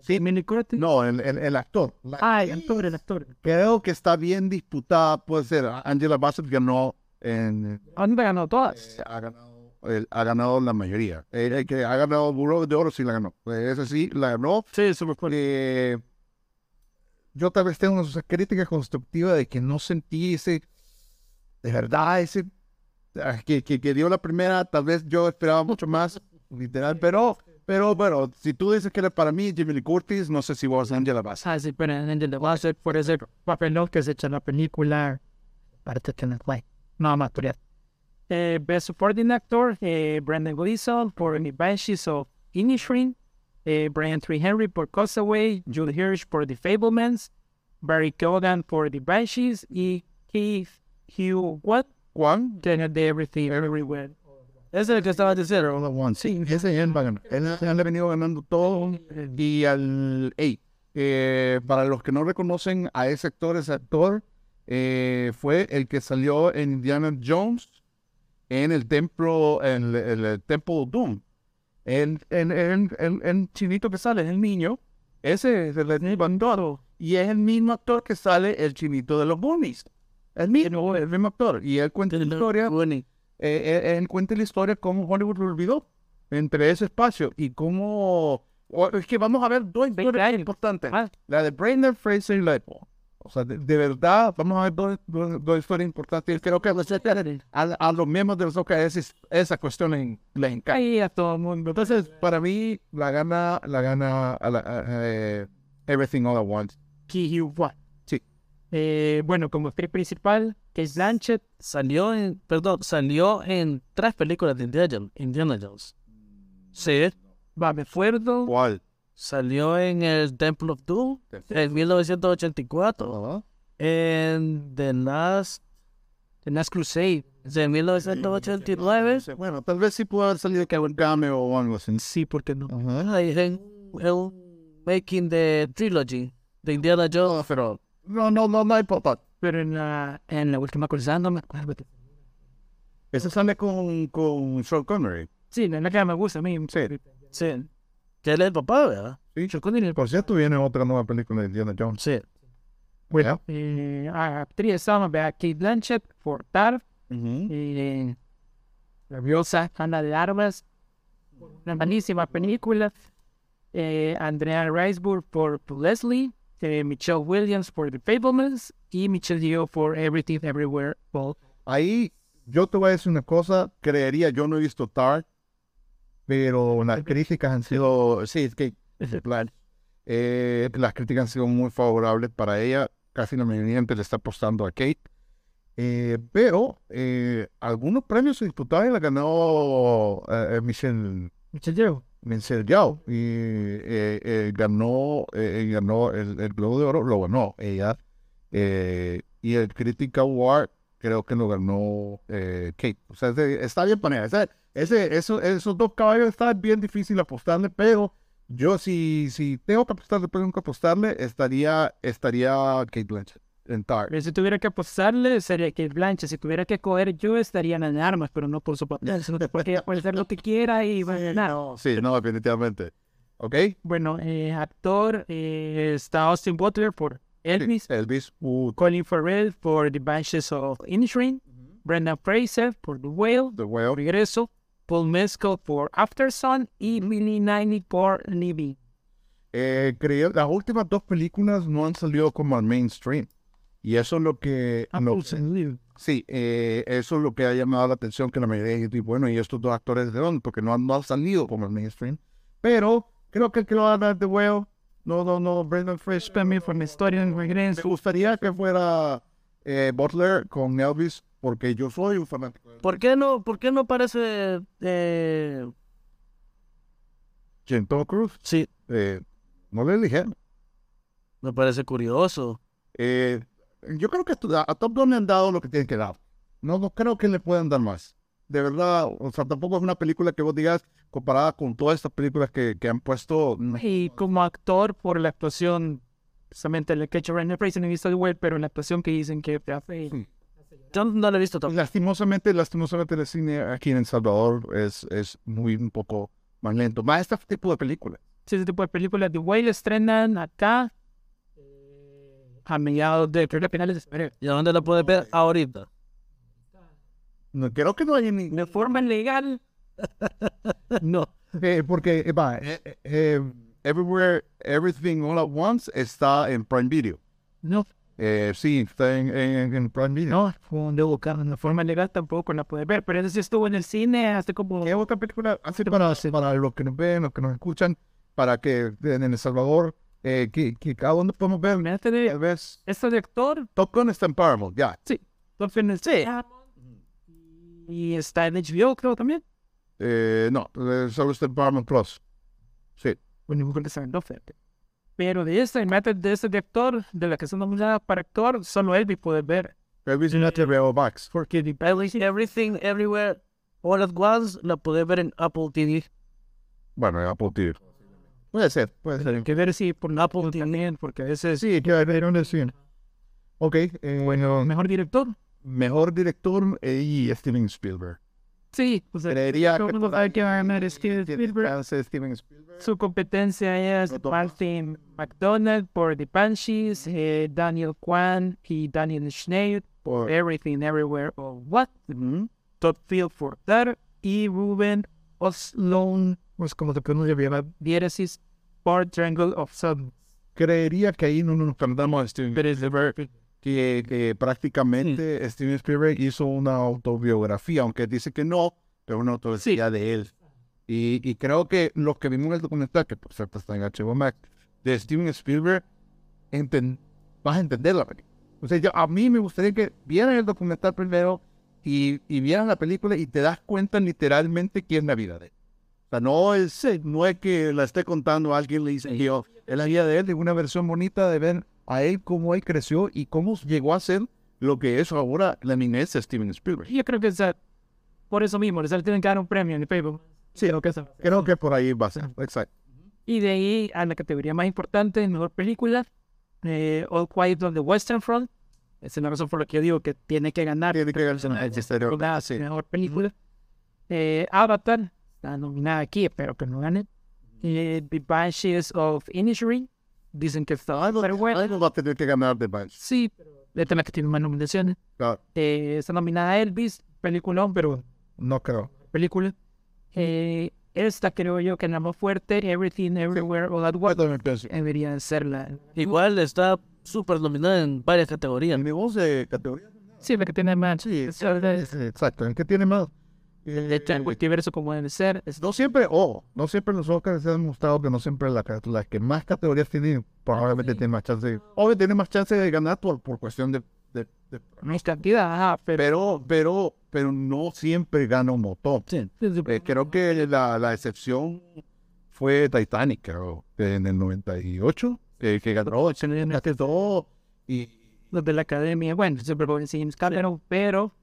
Sí. Jamie Lee Curtis. No, el, el- el actor. La Ay, actriz. actor, Ah, el actor. Creo que está bien disputada. Puede ser. Angela Bassett ganó en ¿Dónde ganó todas? eh, ha ganado, el- ha ganado la mayoría. El, el que ha ganado Buró de Oro sí la ganó. Eh, Ese sí la ganó. Sí, eso me acuerdo. Eh, yo tal vez tengo una crítica constructiva de que no sentí ese, de verdad, ese ah, que, que, que dio la primera. Tal vez yo esperaba mucho más, literal, pero, pero bueno, si tú dices que era para mí Jimmy Lee Curtis, no sé si vos Angela Bassett. Ah, sí, pero en el de Wasser, por ese papelón que se echa en la película, parte que no fue. Nada más, por eh, Best Supporting Actor, eh, Brandon Gleeson por The Banshees of Inisherin, eh, Brian Tree Henry por Castaway, Jude Hirsch por The Fablemans, Barry Cogan por The Banshees y Keith Hugh What? Juan. Daniel de Everything Everywhere. Ese es el que estaba diciendo. All at once. Sí, ese él va a ganar. Él, él ha venido ganando todo. eh, Y al. ey, eh, para los que no reconocen a ese actor, ese actor eh, fue el que salió en Indiana Jones en el templo, en el, en el Temple Doom. El, el, el, el- el chinito que sale, el niño, ese es el bandoro. Y es el mismo actor que sale el chinito de los Goonies. El mismo, el mismo actor. Y él cuenta la historia Bueno, eh, eh, él cuenta la historia cómo Hollywood lo olvidó entre ese espacio y cómo... o- es que vamos a ver dos historias años. importantes. Ah. La de Brandon Fraser y la de Paul. O sea, de, de verdad, vamos a ver dos, dos- dos historias importantes. Y creo que a, a los miembros de los OKS es- esa cuestión en- les encanta. Ahí a todo el mundo. Entonces, para mí, la gana, la gana a la- a- eh, Everything All At Once. Keith Hugh What? Sí. Eh, bueno, como actriz principal, Kate Blanchett, salió en, perdón, salió en tres películas de Indiana Jones. Indiana Jones. Sí, va, me acuerdo. ¿Cuál? salió en el Temple of Doom en 1984, en The Last, The Last Crusade de 1989. Bueno, tal vez sí pudo haber salido que un cameo o algo así. Sí, ¿por qué no? Ajá. Ajá, y en, en un making the trilogy de Indiana Jones. pero no, no, no, no hay papá. Pero en la, en la última cruzada no me acuerdo. Ese sale con, con Sean Connery. Sí, en la que me gusta a mí. Sí. Sí. Que él es el papá, ¿verdad? Sean Connery, Por cierto, viene otra nueva película de Indiana Jones. Sí. Bueno. eh, ah, actriz estamos vea Kate Blanchett por Tar, eh, Rabiosa, Ana de Armas, una malísima película, eh, Andrea Riceburg por Leslie, eh, Michelle Williams por The Fablemans y Michelle Yeoh por Everything Everywhere All Ahí yo te voy a decir una cosa. Creería, yo no he visto Tar, pero las críticas han sido. Sí, es que. en plan, eh, las críticas han sido muy favorables para ella. Casi la mayoría de gente le está apostando a Kate. Eh, pero eh, algunos premios se disputaron y la ganó eh, eh, Michelle Michelle Yeoh. Michelle Yao y eh, eh, ganó, eh, eh, ganó el, el Globo de Oro, lo ganó ella. eh, y el Critic Award creo que lo ganó eh, Kate. O sea, ese- está bien para ella. Ese- ese- eso- esos dos caballos está bien difícil apostarle, pero yo si, si tengo que apostarle, tengo que apostarle, estaría, estaría Kate Blanchett en Tar. Pero si tuviera que apostarle, sería que Blanche. Si tuviera que coger yo, estaría en armas, pero no por su papel. Porque ella puede hacer lo que quiera y va a ganar. Sí, no, definitivamente. ¿Ok? Bueno, eh, actor eh, está Austin Butler por Elvis, Elvis. uh, Colin Farrell por The Banshees of Inisherin, Brendan Fraser por The Whale, The Whale. Regreso, Paul Mescal por After Sun y Billy Niney por Libby. Eh, creo, las últimas dos películas no han salido como al mainstream. Y eso es lo que... Ah, lo- pues, sí, eh, eso es lo que ha llamado la atención que la mayoría de gente, y bueno, ¿y estos dos actores de dónde? Porque no han, no han salido como al mainstream. Pero creo que el que lo va a dar de huevo, no, no, no, Brendan Fresh También fue mi historia en Me regreso. gustaría que fuera eh, Butler con Elvis, porque yo soy un fanático. de ¿Por qué no, por qué no parece eh, Jim Tom Cruise. sí, Eh, no le dije. me parece curioso. Eh, yo creo que esto- a, a Top Gun le han dado lo que tienen que dar. No, no creo que le puedan dar más. De verdad, o sea, tampoco es una película que vos digas comparada con todas estas películas que, que han puesto. no. Y como actor, por la actuación, precisamente la que ha hecho Ryan Fraser, no he visto el web, pero la actuación que dicen que te hace. Sí. Yo no lo he visto tampoco. Lastimosamente, lastimosamente el cine aquí en El Salvador es, es muy un poco más lento. Más este tipo de películas. Sí, ese tipo de películas de Whale estrenan acá a mediados de, creo que a finales de febrero. ¿Y a dónde la puedes ver? Ahorita. No, creo que no hay ni... De forma legal. No. Eh, porque, eh, va, eh, eh, eh, Everywhere, Everything All At Once está en Prime Video. No, Eh, sí, está en, en- en Prline Video. no, fue donde buscaron. De forma legal tampoco la pude ver, pero eso sí estuvo en el cine hace como. ¿Qué otra película? Así para, para los que nos ven, los que nos escuchan, para que en El Salvador, eh, que, que cada uno podemos ver. Mira, tiene- Tal vez Este director, Top Gun está en Paramount, ya. Top Gun es- Y está en HBO, creo también. Eh, no, eh, solo está en Paramount Plus. Sí. Bueno, mejor que saben la oferta. Pero de este, mate de este director, de la que son nominadas para actor, solo él puede ver. Everything at the Veo Max. Porque de Everything, Everywhere, All at Once, la puedes ver en Apple TV. Bueno, en Apple TV. Puede ser, puede ser. que ver si por Apple también, porque a veces Sí, que hay un cine. Ok, eh, bueno, mejor director. mejor director eh, y Steven Spielberg. Sí, o sea, Creería todo que el mundo por sabe ahí que va a ganar Steven tiene Spielberg. chance Steven Spielberg. Su competencia es No toma. Martin McDonald por The Banshees, eh, Daniel Kwan y Daniel Schneider Por- Everything Everywhere or What, Todd Field for That y Ruben Oslon, pues como se pronuncia bien, ¿verdad? Diéresis por Triangle of Sun. creería que ahí no nos perdamos a Steven Spielberg, que, que prácticamente Steven Spielberg hizo una autobiografía, aunque dice que no, pero una autobiografía de él. Y, y creo que los que vimos en el documental, que por cierto está en HBO Max, de Steven Spielberg, enten- vas a entender la película. O sea, yo- a mí me gustaría que vieran el documental primero y, y vieran la película y te das cuenta literalmente quién es la vida de él. O sea, no es, no es que la esté contando a alguien, le dice yo. Es la vida de él, es una versión bonita de ver a él cómo él creció y cómo llegó a ser lo que es ahora la eminencia de Steven Spielberg. Yo creo que o sea, por eso mismo, les tienen que dar un premio en el paper. Sí, lo que sea. Creo que por ahí va a ser. Exacto. Y de ahí a la categoría más importante, mejor película, eh, All Quiet on the Western Front. Esa es la razón por la que yo digo que tiene que ganar Tiene que verse en el exterior. la Sí. mejor película. Eh, Avatar, está nominada aquí, espero que no gane. Eh, The Banshees of Inisherin, dicen que está pero bueno. Algo va a tener que ganar de Banshee. Sí, esta es la que tiene más nominaciones. Claro. Eh, está nominada Elvis, peliculón, pero No creo. película. Eh, esta creo yo que es la más fuerte, Everything, Everywhere, All at Yo Once, también pienso. debería ser la... Igual está súper nominada en varias categorías. En mi voz de categoría. Sí, la que tiene más. Sí, es la de- Exacto. ¿En qué tiene más? eh, de- del multiverso como debe ser. es- No siempre, ojo, no siempre los Oscars se han mostrado que no siempre la- las que más categorías tienen, probablemente tienen más chance. Obvio, tienen más chance de ganar por, por cuestión de, de- de- No es cantidad, ajá, pero... Pero, pero, pero no siempre gana un montón. Sí. Eh, creo que la, la excepción fue Titanic, creo, que en el 98, eh, que ganó más que todo. Y los de la academia, bueno, siempre ponen James Cameron, pero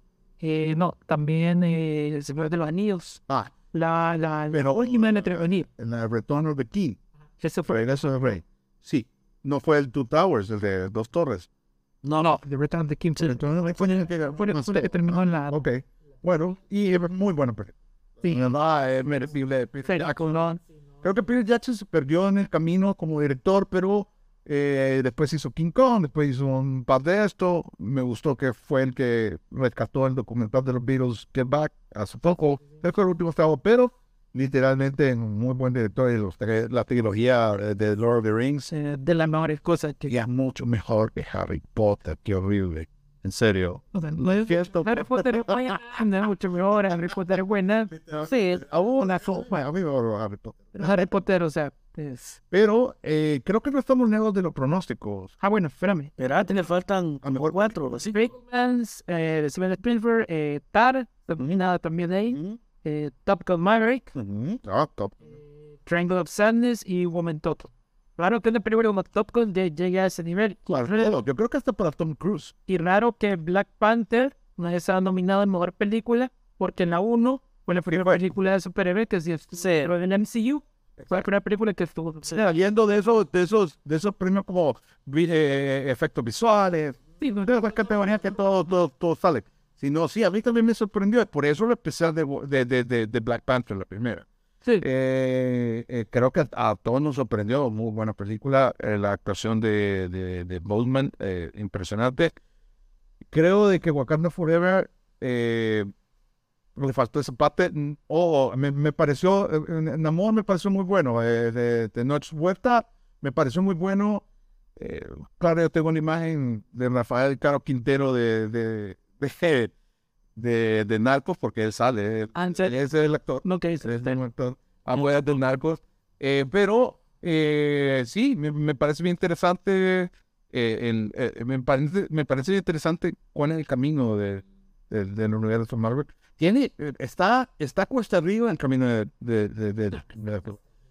eh, no, también eh, el Señor de los Anillos, ah, la, la, la Pero- última de la trilogía, en la Return of the King, ese fue Regreso del Rey. Sí, no fue el Two Towers, el de Dos Torres. No, no. The Return of the King, sí. Return of the King fue el que ganó fue más fue la que todo. terminó en la Ok, bueno, y es muy buena película. Sí. La verdad, es merecible de Peter serie Jackson. con Lon. Creo que Peter Jackson se perdió en el camino como director, pero eh, después hizo King Kong, después hizo un par de esto. Me gustó que fue el que rescató el documental de los Beatles, Get Back, hace poco. Creo que fue el último trabajo, pero literalmente un muy buen director y los tre- la trilogía eh, de Lord of the Rings eh, de las mejores cosas que que es mucho mejor que Harry Potter, qué horrible. En serio. o sea, no es- Cierto. Harry Potter es buena, no es mucho mejor, Harry Potter es buena, sí, Aún eso, bueno, a mí me adoro Harry Potter. Harry Potter, o sea, es... Pero eh, creo que no estamos lejos de los pronósticos. Ah, bueno, espérame. Espérate, le faltan A lo mejor- cuatro o así. Fans, eh, Steven Spielberg, eh, Tar, nominada también de ahí, eh, Top Gun Maverick, Ujú. Ah, top. Triangle of Sadness y Woman Total. Raro que una película como Top Gun de- llegue a ese nivel. Claro, yo creo que hasta para Tom Cruise. Y raro que Black Panther no haya sido nominada en mejor película, porque en la 1 fue la primera película de superhéroe que sí estuvo Sí. dentro del MCU. Fue la primera película que estuvo. Saliendo de esos, de esos, de esos premios como vi- eh, efectos visuales, Sí, no- de esas categorías que todo, todo, todo sale. Sino, sí, a mí también me sorprendió. Por eso el especial de, de, de, de- de Black Panther, la primera. sí. Eh, eh, creo que a, a todos nos sorprendió. Muy buena película. eh, la actuación de, de, de Boseman, eh, impresionante. Creo de que Wakanda Forever eh, le faltó esa parte. mm, O me, me pareció, eh, en Namor me pareció muy bueno. eh, de, de Noche Vuelta me pareció muy bueno. Eh, claro, yo tengo una imagen de Rafael Caro Quintero de, de, de, de, de Narcos, porque él sale. él- Ansel, él es el actor. no que hizo. Es de Narcos, afuera de Narcos. Eh, pero eh, sí, me, me parece bien interesante. eh, el- eh, me, parece, me parece interesante cuál es el camino de, de- del universo Marvel. Tiene, eh, está, está cuesta arriba el camino de, de, de- de- de-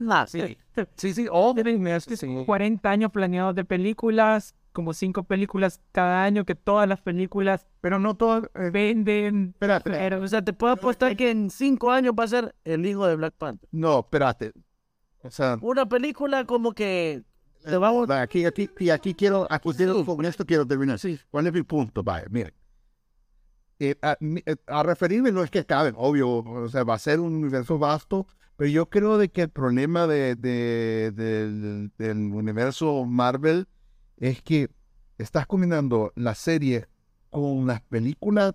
Ah, sí. Sí, sí, oh, es que sí. 40 años planeados de películas, como 5 películas cada año, que todas las películas Pero no todo. eh, venden. espérate. Pero, O sea, te puedo apostar que en cinco años va a ser el hijo de Black Panther. No, espérate. O sea, Una película como que te vamos Va, Aquí, aquí, y aquí quiero, aquí quiero- con esto quiero terminar. ¿Cuál es mi punto? Vaya, mire. Eh, a, mi- eh, a referirme no es que acaben, obvio, o sea, va a ser un universo vasto, pero yo creo de que el problema de, de- del, del universo Marvel es que estás combinando la serie con las películas,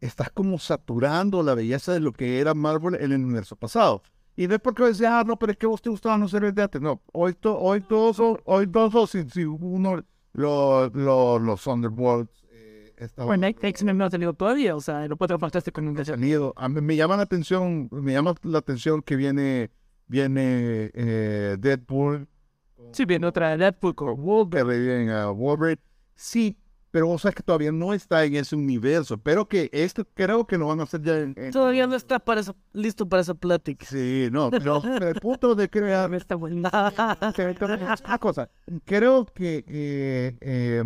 estás como saturando la belleza de lo que era Marvel en el universo pasado. Y no es porque decías, ah, no, pero es que vos te gustaban los héroes de antes. No, hoy, to- hoy todos son, hoy todos son, si, si uno, los, los, los Thunderbolts, eh, esta- bueno, X-Men no ha salido todavía, o sea, lo puedo fantástico nunca. han ido. A mí me llama la atención, me llama la atención que viene, viene eh, Deadpool, Sí, viene otra de Deadpool con Wolverine. que reviven a Wolverine. Sí, pero vos sabes que todavía no está en ese universo, pero que esto creo que lo van a hacer ya en... en- Todavía no estás para esa- listo para esa plática. Sí, no, pero, pero el punto de crear Está Pues buena. Pero entonces, una cosa, creo que eh, eh,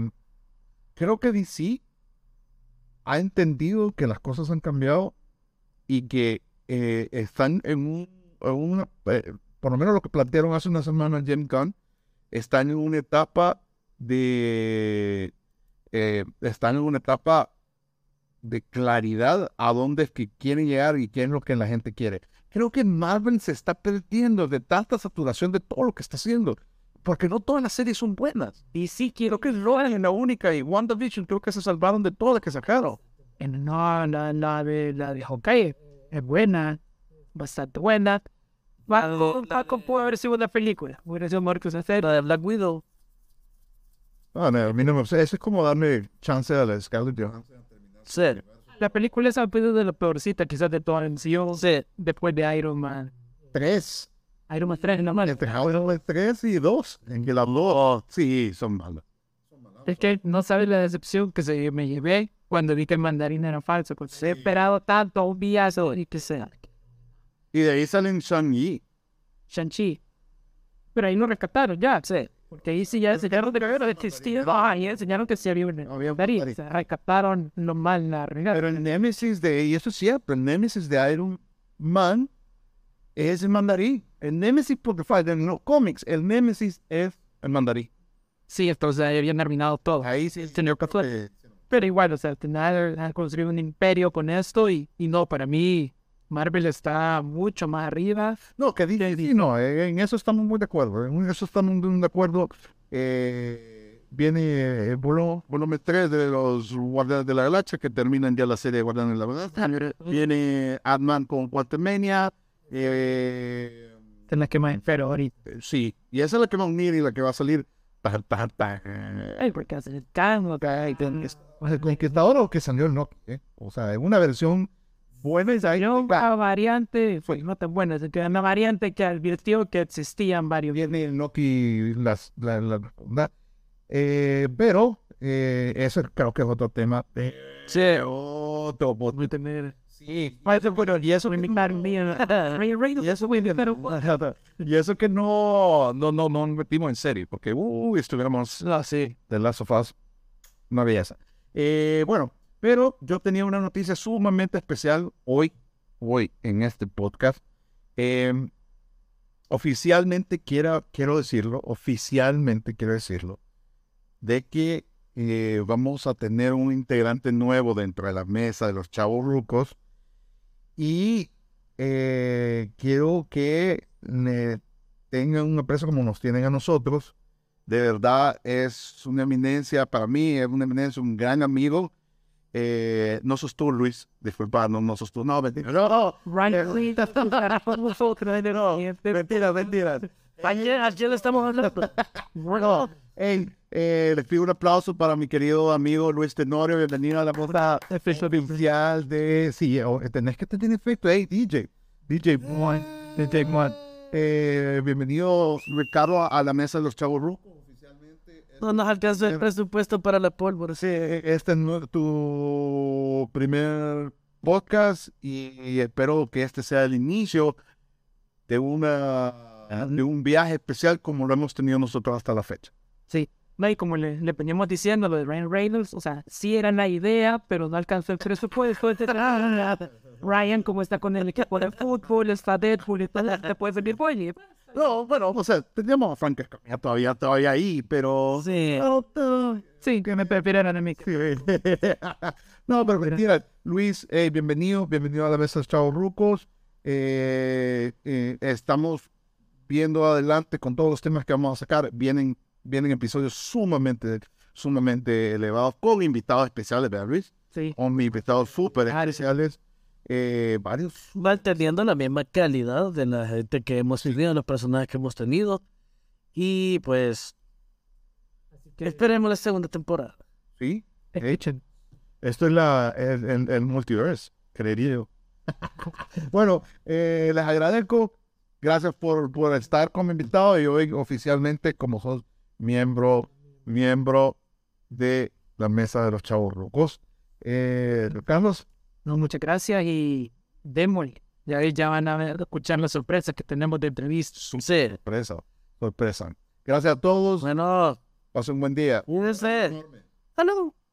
creo que DC ha entendido que las cosas han cambiado y que eh, están en un, en una- eh, por lo menos lo que plantearon hace una semana Jim Gunn, están en una etapa de eh, están en una etapa de claridad a dónde es que quieren llegar y qué es lo que la gente quiere. Creo que Marvel se está perdiendo de tanta saturación de todo lo que está haciendo, porque no todas las series son buenas. Y sí Creo quiero que Logan es la única y WandaVision creo que se salvaron de todas las que sacaron. Eh, No, la, la de, la de Hawkeye es buena, bastante buena. La de- Paco, la Paco de- pudo haber sido una película, hubiera sido mejor que una serie. La de Black Widow. Ah, no, a mí no me- o sea, eso es como darle chance a la Scarlett Johansson. Sí, La película esa ha sido de la peorcita quizás de todo el MCU, sí. después de Iron Man. Tres. Iron Man 3 no mal. Entre Howard tres y dos. En que la habló. Sí, son malas. Es que no sabes la decepción que se me llevé cuando vi que el mandarín era falso, porque he esperado tanto un viazo y que sea Y de ahí salen Shang-Yi. Shang-Chi. Pero ahí lo rescataron ya, Sí. porque ahí sí ya enseñaron de verdad que existía. Ah, ahí enseñaron que sí había un Había un mandarín, mandarín. se rescataron lo mal, la regaron. Pero el Némesis de, y eso es cierto, el Némesis de Iron Man es el mandarín. El Némesis, porque falta en los cómics, el Némesis es el mandarín. Sí, entonces ahí habían terminado todo. Ahí sí, Señor Cazador. Pero igual, o sea, al final han construido un imperio con esto y, y no, para mí Marvel está mucho más arriba. No, que dice, sí, no, eh, en eso estamos muy de acuerdo. eh, En eso estamos muy de acuerdo. Eh, viene el volumen 3 de los Guardianes de la Galaxia, que terminan ya la serie de Guardianes de la Galaxia. Viene Ant-Man con Quantumania. Eh, Es la que más espero ahorita. sí, y esa es la que va a unir y la que va a salir. Tan, tan, tan. Ay, porque hacen el tango, Ay, ten- que- es- o sea, con que está ahora Pues, o que salió el Nokia, ¿eh? O sea, es una versión buena y ahí Pero va. una variante, fue no tan buena, sino que una variante que advirtió que existían varios. Viene el Nokia, las, la, la- la- eh, pero eh, eso creo que es otro tema. eh, Sí. otro, po- Voy a tener- Sí. Bueno, y eso Y eso Y eso que no, no, no, no metimos en serie, porque uy, estuviéramos Ah, sí. The Last of Us, una belleza. Eh, bueno, pero yo tenía una noticia sumamente especial hoy, hoy en este podcast. Eh, oficialmente quiero, quiero decirlo, oficialmente quiero decirlo, de que eh, vamos a tener un integrante nuevo dentro de la mesa de los chavos rucos y eh, quiero que eh, tengan un aprecio como nos tienen a nosotros de verdad es una eminencia para mí, es una eminencia, un gran amigo. Eh, no sos tú, Luis, disculpa, no, no sos tú, no, mentira. No, no, este, mentira, mentira. Ayer, ayer le estamos hablando. No, hey, eh, les pido un aplauso para mi querido amigo Luis Tenorio, bienvenido a la boda oficial de... Sí, oh, tenés que tener efecto, hey, DJ, DJ Juan, DJ Juan. Eh, bienvenido, Ricardo, a la mesa de los chavos rucos. No nos alcanzó el presupuesto para la pólvora. Sí, este es nue- tu primer podcast y, y espero que este sea el inicio de una de un viaje especial como lo hemos tenido nosotros hasta la fecha. No, y como le, le veníamos diciendo lo de Ryan Reynolds, o sea, sí era la idea, pero no alcanzó el presupuesto. etcétera. Ryan, como está con el equipo de fútbol, está Deadpool y tal, te puede venir Boyle. No, bueno, o sea, teníamos a Frank Escamilla todavía, todavía ahí, pero... Sí. Sí, que me prefieran a mí. no, pero mentira. Luis, eh, bienvenido, bienvenido a la mesa de los Chavos Rucos. Eh, eh, estamos viendo adelante con todos los temas que vamos a sacar. Vienen, vienen episodios sumamente, sumamente elevados con invitados especiales, ¿verdad, Luis? Sí. Con invitados súper Claro. especiales. Eh, varios. Manteniendo la misma calidad de la gente que hemos tenido, los personajes que hemos tenido. Y pues, esperemos la segunda temporada. Sí. Escuchen. Esto es la, el, el- el multiverse, creería yo. bueno, eh, les agradezco. Gracias por, por estar como invitado y hoy oficialmente como sos miembro, miembro de la mesa de los chavos rucos. Eh, Carlos, No, muchas gracias y démosle. Ya, ya van a ver, escuchar las sorpresas que tenemos de entrevistas. Sí. sorpresa, sorpresa. Gracias a todos. Bueno, Pasen un buen día. cuídense. Hasta luego.